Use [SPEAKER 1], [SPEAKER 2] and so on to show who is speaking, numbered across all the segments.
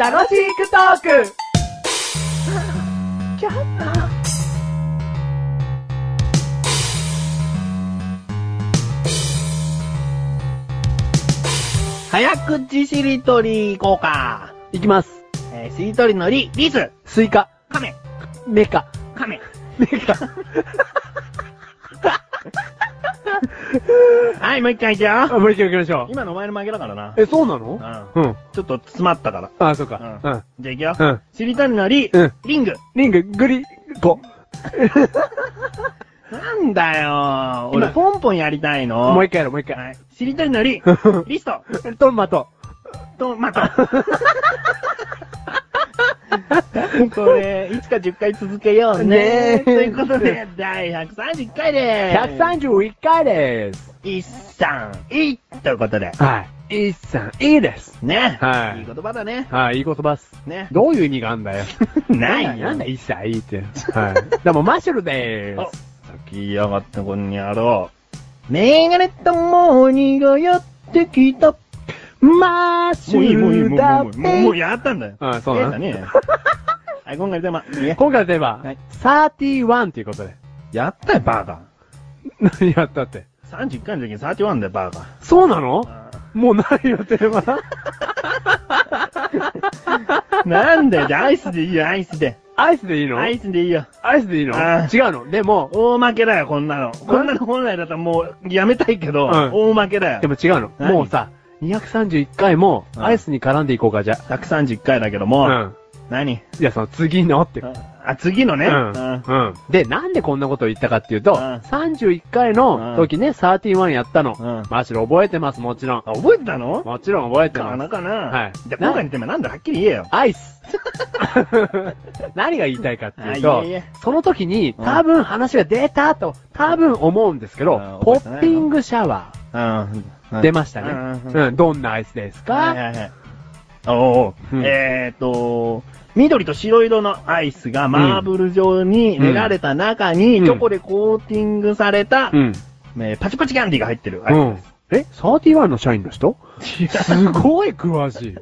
[SPEAKER 1] 楽しくトーク
[SPEAKER 2] 早口しりとり行こうか。
[SPEAKER 3] いきます。
[SPEAKER 2] えーしりとりのり、リス、
[SPEAKER 3] スイカ、
[SPEAKER 2] カメ、
[SPEAKER 3] メカ、
[SPEAKER 2] カメ。
[SPEAKER 3] メカ。
[SPEAKER 2] はい、もう一回行くよ。
[SPEAKER 3] あ、もう一回行きましょう。
[SPEAKER 2] 今のお前の負けだからな。
[SPEAKER 3] え、そうなの
[SPEAKER 2] う
[SPEAKER 3] うん。
[SPEAKER 2] ちょっと詰まったから。
[SPEAKER 3] あ、そう
[SPEAKER 2] う
[SPEAKER 3] か。うんん。。
[SPEAKER 2] じゃあ行くよ。
[SPEAKER 3] うん
[SPEAKER 2] しりとりのり、
[SPEAKER 3] うん
[SPEAKER 2] リング。
[SPEAKER 3] リング、グリ、コ。
[SPEAKER 2] なんだよ俺
[SPEAKER 3] 今
[SPEAKER 2] ポンポンやりたいの。
[SPEAKER 3] もう一回やろう、もう一回。
[SPEAKER 2] はい。しりとりのり、リスト、
[SPEAKER 3] トマト。
[SPEAKER 2] と、ま た。これ、いつか10回続けようね。
[SPEAKER 3] ねえ
[SPEAKER 2] ということで、第130回でーす。
[SPEAKER 3] 131回です。
[SPEAKER 2] 一三一ということで。
[SPEAKER 3] はい。一三いいです。
[SPEAKER 2] ね。
[SPEAKER 3] はい
[SPEAKER 2] い言葉だね。
[SPEAKER 3] はい、いい言葉っす。
[SPEAKER 2] ね。
[SPEAKER 3] どういう意味があん だよ。
[SPEAKER 2] ないよ
[SPEAKER 3] なんだ、一切いいって。はい。でも、マッシュルで
[SPEAKER 2] あ
[SPEAKER 3] ー、
[SPEAKER 2] 先やがってこんにゃろう。メガネとモーニーがやってきた。も
[SPEAKER 3] す。マッシ
[SPEAKER 2] ういい、もういい、
[SPEAKER 3] ュ
[SPEAKER 2] もう
[SPEAKER 3] ル
[SPEAKER 2] いい、も
[SPEAKER 3] だ
[SPEAKER 2] ういいもうもう
[SPEAKER 3] べ。
[SPEAKER 2] やったんだよ。
[SPEAKER 3] うん、そうな
[SPEAKER 2] だ
[SPEAKER 3] の。
[SPEAKER 2] ね。はい、今回のテーマ、いえ
[SPEAKER 3] 今回のテーマ
[SPEAKER 2] はい、
[SPEAKER 3] 31ということで。
[SPEAKER 2] やったよ、バーガ
[SPEAKER 3] 何やったって。
[SPEAKER 2] ー。31回の時に31だよ、バーガー。
[SPEAKER 3] そうなの
[SPEAKER 2] あ
[SPEAKER 3] もう何のテーマ
[SPEAKER 2] ーなんだよ、じゃあアイスでいいよ、アイスで。
[SPEAKER 3] アイスでいいの
[SPEAKER 2] アイスでいいよ。
[SPEAKER 3] アイスでいいの
[SPEAKER 2] あ
[SPEAKER 3] 違うのでも、
[SPEAKER 2] 大負けだよ、こんなの。こんなの本来だったらもうやめたいけど、
[SPEAKER 3] う
[SPEAKER 2] 大負けだよ
[SPEAKER 3] で。も違うの。
[SPEAKER 2] 何
[SPEAKER 3] もうさ、231回も、
[SPEAKER 2] うん
[SPEAKER 3] アイスに絡んでいこうか、じゃ
[SPEAKER 2] 130回だけども、
[SPEAKER 3] あ。うん。
[SPEAKER 2] 何
[SPEAKER 3] いや、その次のって。
[SPEAKER 2] あ、次のね。
[SPEAKER 3] うん。
[SPEAKER 2] うん
[SPEAKER 3] うん。で、なんでこんなことを言ったかっていうと、
[SPEAKER 2] うん
[SPEAKER 3] 31回の時ね、31やったの。
[SPEAKER 2] うん
[SPEAKER 3] マシロ覚えてます、もちろん。
[SPEAKER 2] あ覚えてたの
[SPEAKER 3] もちろん覚えて
[SPEAKER 2] か
[SPEAKER 3] ま
[SPEAKER 2] な
[SPEAKER 3] す。
[SPEAKER 2] かな。
[SPEAKER 3] はい
[SPEAKER 2] じゃあ、今回のテーマなんだはっきり言えよ。
[SPEAKER 3] アイス。 何が言いたいかっていう
[SPEAKER 2] あ
[SPEAKER 3] と
[SPEAKER 2] いえいえ、
[SPEAKER 3] その時に、
[SPEAKER 2] うん
[SPEAKER 3] 多分話が出たと、多分思うんですけ
[SPEAKER 2] う
[SPEAKER 3] ど
[SPEAKER 2] ん、
[SPEAKER 3] ポ
[SPEAKER 2] 覚えてないの
[SPEAKER 3] ッピングシャワ
[SPEAKER 2] う
[SPEAKER 3] ー出ましたね。
[SPEAKER 2] うんうん
[SPEAKER 3] うん、どんなアイスです
[SPEAKER 2] はい
[SPEAKER 3] か
[SPEAKER 2] はいはい。おうおう
[SPEAKER 3] うん
[SPEAKER 2] えーと、緑と白色のアイスがマーブル状に練られた中に、
[SPEAKER 3] うん
[SPEAKER 2] チョコでコーティングされた、
[SPEAKER 3] うん。
[SPEAKER 2] えーパチパチキャンディーが入ってるアイス
[SPEAKER 3] うん。え、31の社員の 人
[SPEAKER 2] です。
[SPEAKER 3] すごい詳しい。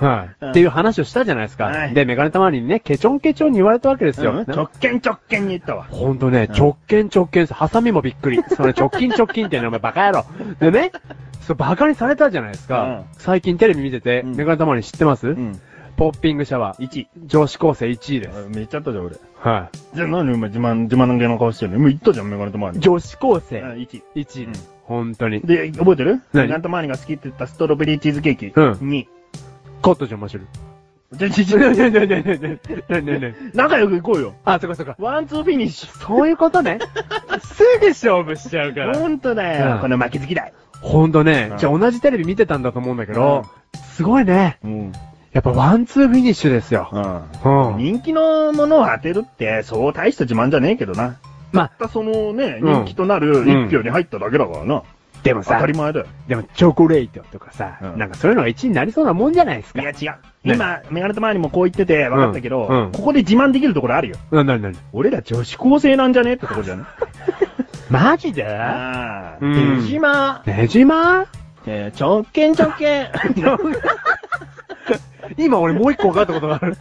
[SPEAKER 3] はい、
[SPEAKER 2] うん
[SPEAKER 3] っていう話をしたじゃないですか。
[SPEAKER 2] はい
[SPEAKER 3] で、メガネたまりにね、ケチョンケチョンに言われたわけですよ。
[SPEAKER 2] うん
[SPEAKER 3] な
[SPEAKER 2] 直見直見に言ったわ。
[SPEAKER 3] ほんとね、
[SPEAKER 2] うん
[SPEAKER 3] 直剣直剣、ハサミもびっくり。それ直近直近っていうのはお前バカ野郎。でね、そう、バカにされたじゃないですか。最近テレビ見てて、
[SPEAKER 2] うん
[SPEAKER 3] メガネたまり知ってます、
[SPEAKER 2] うん。
[SPEAKER 3] ポッピングシャワー。
[SPEAKER 2] 1。
[SPEAKER 3] 女子高生1位です。
[SPEAKER 2] めっちゃあったじゃん、俺。
[SPEAKER 3] は
[SPEAKER 2] じゃあ何お前自慢、自慢げな顔してるのもう言ったじゃん、メガネとマー
[SPEAKER 3] い。
[SPEAKER 2] ニ
[SPEAKER 3] 女子高生
[SPEAKER 2] 1。
[SPEAKER 3] 1位です。
[SPEAKER 2] う
[SPEAKER 3] ほんとに。
[SPEAKER 2] で、覚えてる
[SPEAKER 3] 何
[SPEAKER 2] メガネとマーニが好きって言ったストロベリーチーズケーキ。
[SPEAKER 3] うん
[SPEAKER 2] 2。
[SPEAKER 3] コットじゃ面白い。
[SPEAKER 2] じゃあ、ち
[SPEAKER 3] ね
[SPEAKER 2] ち
[SPEAKER 3] えねえねえねえねえねえねえ
[SPEAKER 2] 仲良く行こうよ。
[SPEAKER 3] あ、そこそこ。
[SPEAKER 2] ワンツーフィニッシュ。
[SPEAKER 3] そういうことね。すぐ勝負しちゃうから。
[SPEAKER 2] ほんとだ
[SPEAKER 3] う
[SPEAKER 2] よ。
[SPEAKER 3] ん
[SPEAKER 2] この負けず嫌い。
[SPEAKER 3] ほんとね
[SPEAKER 2] うん、
[SPEAKER 3] じゃあ同じテレビ見てたんだと思うんだけど、すごいね。
[SPEAKER 2] うん。
[SPEAKER 3] やっぱワンツーフィニッシュですよ。うん。
[SPEAKER 2] 人気のものを当てるって、そう大した自慢じゃねえけどな。
[SPEAKER 3] まあ
[SPEAKER 2] たったそのね、
[SPEAKER 3] うん
[SPEAKER 2] 人気となる一票に入っただけだからな。
[SPEAKER 3] でも
[SPEAKER 2] 当た
[SPEAKER 3] さ
[SPEAKER 2] り、前だよ。
[SPEAKER 3] でもチョコレートとかさ、
[SPEAKER 2] うん
[SPEAKER 3] なんかそういうのが1位になりそうなもんじゃないです
[SPEAKER 2] い
[SPEAKER 3] か
[SPEAKER 2] や。違う。今、メガネとマーニもこう言ってて分かったけど、
[SPEAKER 3] うんうん
[SPEAKER 2] ここで自慢できるところあるよ。
[SPEAKER 3] な、な、な、な。
[SPEAKER 2] 俺ら女子高生なんじゃねってとこじ ゃね
[SPEAKER 3] マジで
[SPEAKER 2] ああ、
[SPEAKER 3] うん
[SPEAKER 2] 手島、
[SPEAKER 3] ねじま
[SPEAKER 2] えー、直見直見。
[SPEAKER 3] 今俺もう一個分かったことが ある。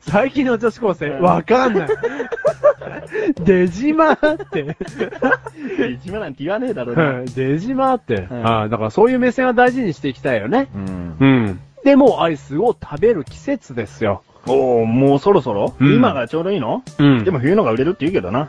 [SPEAKER 3] 最近の女子高生、わかんない。出島って。
[SPEAKER 2] 手島なんて言わねえだろう
[SPEAKER 3] う
[SPEAKER 2] な。
[SPEAKER 3] ん出島って。
[SPEAKER 2] うん
[SPEAKER 3] ああだからそういう目線は大事にしていきたいよね。
[SPEAKER 2] うん
[SPEAKER 3] うん。で、もうアイスを食べる季節ですよ。
[SPEAKER 2] おおもうそろそろ、
[SPEAKER 3] うん
[SPEAKER 2] 今がちょうどいいの、
[SPEAKER 3] うん
[SPEAKER 2] でも冬のが売れるって言うけどな。
[SPEAKER 3] ああ。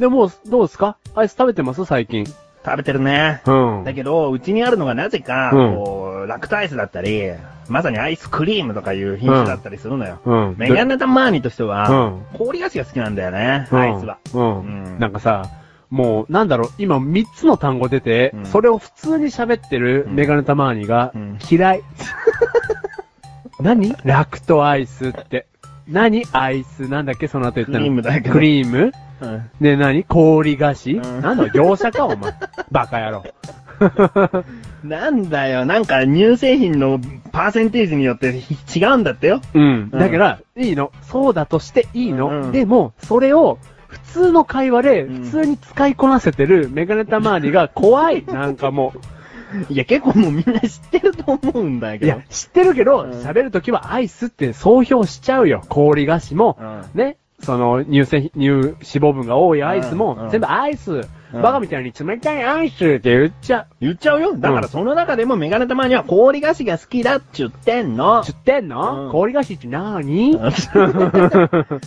[SPEAKER 3] でも、どうですかアイス食べてます最近。
[SPEAKER 2] 食べてるね。
[SPEAKER 3] うん
[SPEAKER 2] だけど、うちにあるのがなぜか、
[SPEAKER 3] うん
[SPEAKER 2] こう、ラクトアイスだったり、まさにアイスクリームとかいう品種だったりするのよ。
[SPEAKER 3] うん。
[SPEAKER 2] メガネタマーニとしては、
[SPEAKER 3] うん
[SPEAKER 2] 氷菓子が好きなんだよね、
[SPEAKER 3] うん
[SPEAKER 2] アイスは。
[SPEAKER 3] うん。
[SPEAKER 2] うん
[SPEAKER 3] なんかさ、もう、なんだろう、今3つの単語出て、
[SPEAKER 2] うん
[SPEAKER 3] それを普通に喋ってる
[SPEAKER 2] うん
[SPEAKER 3] メガネたまーにが、
[SPEAKER 2] うん
[SPEAKER 3] 嫌い。何ラクトアイスって。何アイスなんだっけその後言ったの。
[SPEAKER 2] クリームだけど
[SPEAKER 3] クリーム
[SPEAKER 2] うん
[SPEAKER 3] で何氷菓子、
[SPEAKER 2] うん
[SPEAKER 3] なんだ業者かお 前。バカ野郎。
[SPEAKER 2] なんだよ、なんか乳製品のパーセンテージによって違うんだってよ。
[SPEAKER 3] うん。だから、いいの。そうだとしていいの。
[SPEAKER 2] うんうん
[SPEAKER 3] でも、それを、普通の会話で、
[SPEAKER 2] うん
[SPEAKER 3] 普通に使いこなせてるメガネたまーりが怖い。なんかもう。
[SPEAKER 2] いや、結構もうみんな知ってると思うんだ
[SPEAKER 3] い
[SPEAKER 2] けど
[SPEAKER 3] や。、知ってるけど、
[SPEAKER 2] うん
[SPEAKER 3] 喋るときはアイスって総評しちゃうよ。氷菓子も、
[SPEAKER 2] うん
[SPEAKER 3] ね、その、乳製、乳脂肪分が多いアイスも、
[SPEAKER 2] うんうん
[SPEAKER 3] 全部アイス、
[SPEAKER 2] うん
[SPEAKER 3] バカみたいに冷たいアイスって言っちゃ
[SPEAKER 2] 言っちゃうよ。だからその中でもメガネたまには氷菓子が好きだっちゅってんの
[SPEAKER 3] う。。知ってん
[SPEAKER 2] う
[SPEAKER 3] の、
[SPEAKER 2] ん
[SPEAKER 3] 氷菓子って 何
[SPEAKER 2] だか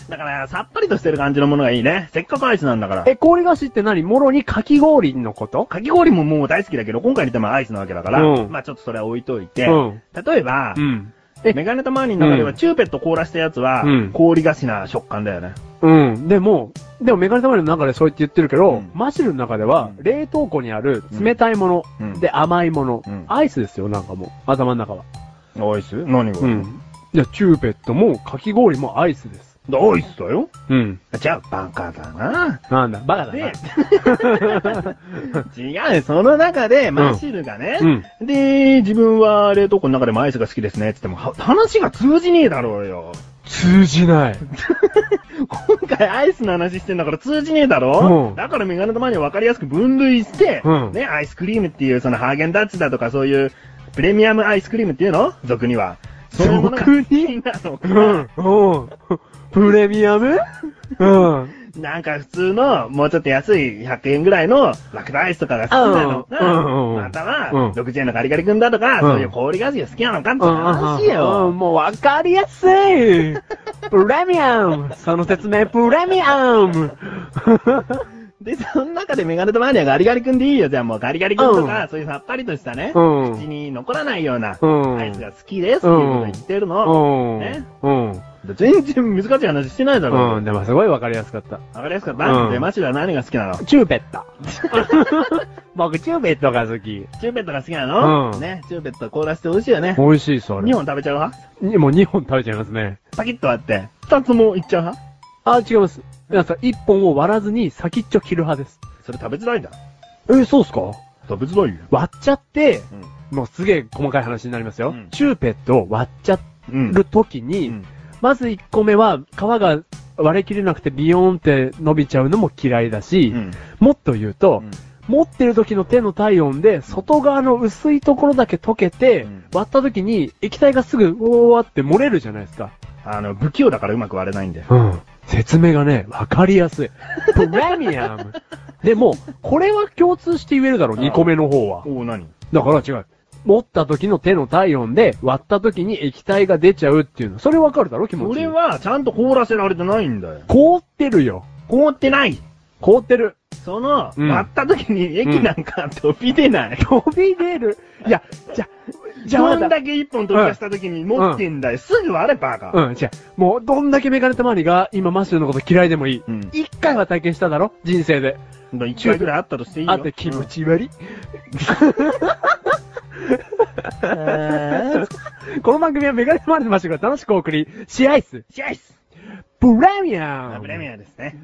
[SPEAKER 2] ら、さっぱりとしてる感じのものがいいね。せっかくアイスなんだから。
[SPEAKER 3] え、氷菓子って何もろにかき氷のこと
[SPEAKER 2] かき氷ももう大好きだけど、今回のテーマはアイスなわけだから、
[SPEAKER 3] うん
[SPEAKER 2] まあちょっとそれは置いといて、
[SPEAKER 3] うん
[SPEAKER 2] 例えば、
[SPEAKER 3] うん。え
[SPEAKER 2] メガネとマーニーの中で
[SPEAKER 3] う
[SPEAKER 2] は
[SPEAKER 3] ん
[SPEAKER 2] チューペット凍らしたやつは、
[SPEAKER 3] うん
[SPEAKER 2] 氷菓子な食感だよね。
[SPEAKER 3] うん。でも、でもメガネ玉の中でそう言って言ってるけど、
[SPEAKER 2] うん
[SPEAKER 3] マシュルの中では、
[SPEAKER 2] うん
[SPEAKER 3] 冷凍庫にある冷たいもの、
[SPEAKER 2] うん
[SPEAKER 3] で甘いもの、
[SPEAKER 2] うん
[SPEAKER 3] アイスですよ、なんかもう。頭の中は。
[SPEAKER 2] アイス何が、
[SPEAKER 3] うん。いや、チューペットも、かき氷もアイスです。
[SPEAKER 2] でアイスだよ
[SPEAKER 3] うん。
[SPEAKER 2] じゃあ、バカだな。
[SPEAKER 3] なんだ、バカだな
[SPEAKER 2] で。、違う、その中で、マシルがね、
[SPEAKER 3] うん。
[SPEAKER 2] で、自分は冷凍庫の中でもアイスが好きですね、つっても、は話が通じねえだろうよ。
[SPEAKER 3] 通じない。
[SPEAKER 2] 今回アイスの話してんだから通じねえだろ、
[SPEAKER 3] うん
[SPEAKER 2] だからメガネとマニア分かりやすく分類して、
[SPEAKER 3] うん
[SPEAKER 2] ね、アイスクリームっていう、そのハーゲンダッツだとかそういう、プレミアムアイスクリームっていうの俗には。そういうものが
[SPEAKER 3] 俗に
[SPEAKER 2] 好きなの
[SPEAKER 3] う
[SPEAKER 2] か
[SPEAKER 3] ん。うん。プレミアムうん。
[SPEAKER 2] なんか普通の、もうちょっと安い100円ぐらいのラクダアイスとかが好きなのか、
[SPEAKER 3] うんうんうん
[SPEAKER 2] または、
[SPEAKER 3] うん
[SPEAKER 2] 60円のガリガリ君だとか、
[SPEAKER 3] ん
[SPEAKER 2] そういう氷菓子が好きなのかって話よ。
[SPEAKER 3] うんもうわかりやすい。プレミアム。その説明、プレミアム。
[SPEAKER 2] で、その中でメガネとマニアガリガリ君でいいよ。じゃあもうガリガリ君とか、
[SPEAKER 3] う
[SPEAKER 2] そういうさっぱりとしたね、
[SPEAKER 3] うん
[SPEAKER 2] 口に残らないような、
[SPEAKER 3] うん
[SPEAKER 2] アイスが好きですっていうこと言ってるの。
[SPEAKER 3] うん。
[SPEAKER 2] ね
[SPEAKER 3] うん。
[SPEAKER 2] 全然難しい話してないだろ。わ、
[SPEAKER 3] うん。でもすごいわかりやすかった。
[SPEAKER 2] かりやすかった、
[SPEAKER 3] うん
[SPEAKER 2] で、マシュは何が好きなの
[SPEAKER 3] チューペッ ト。僕、チューペットが好き。
[SPEAKER 2] チューペットが好きなの、
[SPEAKER 3] うん
[SPEAKER 2] ね、チューペット凍らして美味しいよね。
[SPEAKER 3] 美味しい、そ
[SPEAKER 2] 2
[SPEAKER 3] れ。
[SPEAKER 2] 本食べちゃう派
[SPEAKER 3] にもう2本食べちゃいますね。
[SPEAKER 2] パキッと割って、2つもいっちゃう派
[SPEAKER 3] あ、違います。皆さん、1本を割らずに先っちょ切る派です。
[SPEAKER 2] それ食べづらいじゃん。
[SPEAKER 3] え、そうっすか
[SPEAKER 2] 食べづらいよ。
[SPEAKER 3] 割っちゃっ
[SPEAKER 2] う
[SPEAKER 3] て、
[SPEAKER 2] ん
[SPEAKER 3] もうすげえ細かい話になりますよ。
[SPEAKER 2] うん
[SPEAKER 3] チューペットを割っちゃ
[SPEAKER 2] うん
[SPEAKER 3] る時に、
[SPEAKER 2] うん
[SPEAKER 3] まず1個目は皮が割れきれなくてビヨーンって伸びちゃうのも嫌いだし、
[SPEAKER 2] うん
[SPEAKER 3] もっと言うと、
[SPEAKER 2] うん
[SPEAKER 3] 持ってる時の手の体温で外側の薄いところだけ溶けて、
[SPEAKER 2] うん
[SPEAKER 3] 割った時に液体がすぐうわーって漏れるじゃないですか。
[SPEAKER 2] あの、不器用だからうまく割れないんだよ。
[SPEAKER 3] うん。説明がね、わかりやすい。プレミア ム。でも、これは共通して言えるだろう、
[SPEAKER 2] うん
[SPEAKER 3] 2個目の方は。
[SPEAKER 2] おお、何
[SPEAKER 3] だから違う。持った時の手の体温で割った時に液体が出ちゃうっていうの。それわかるだろ、気持ち。
[SPEAKER 2] 俺。は、ちゃんと凍らせられてないんだよ。
[SPEAKER 3] 凍ってるよ。
[SPEAKER 2] 凍ってない
[SPEAKER 3] 凍ってる。
[SPEAKER 2] その、
[SPEAKER 3] うん
[SPEAKER 2] 割った時に液なんか飛び出ない。
[SPEAKER 3] 飛び出る。いや、じゃ、じ
[SPEAKER 2] じ
[SPEAKER 3] ゃ
[SPEAKER 2] ゃ
[SPEAKER 3] あ
[SPEAKER 2] あ、
[SPEAKER 3] ま
[SPEAKER 2] どん
[SPEAKER 3] だ。
[SPEAKER 2] だけ一本飛び出した時に持ってんだよ。すぐ割れ、バカ。
[SPEAKER 3] うん、じゃあもうどんだけメガネたまりが今マッシュルのこと嫌いでもいい。
[SPEAKER 2] うん
[SPEAKER 3] 一回は体験しただろ人生で。
[SPEAKER 2] だ1回ぐらいあったとしていいよ。
[SPEAKER 3] あって気持ち悪い。
[SPEAKER 2] うん。えー
[SPEAKER 3] この番組はメガネたまりのマッシュルが楽しくお送り、シアイス、
[SPEAKER 2] シャイス
[SPEAKER 3] プレミアム。
[SPEAKER 2] プレミアですね。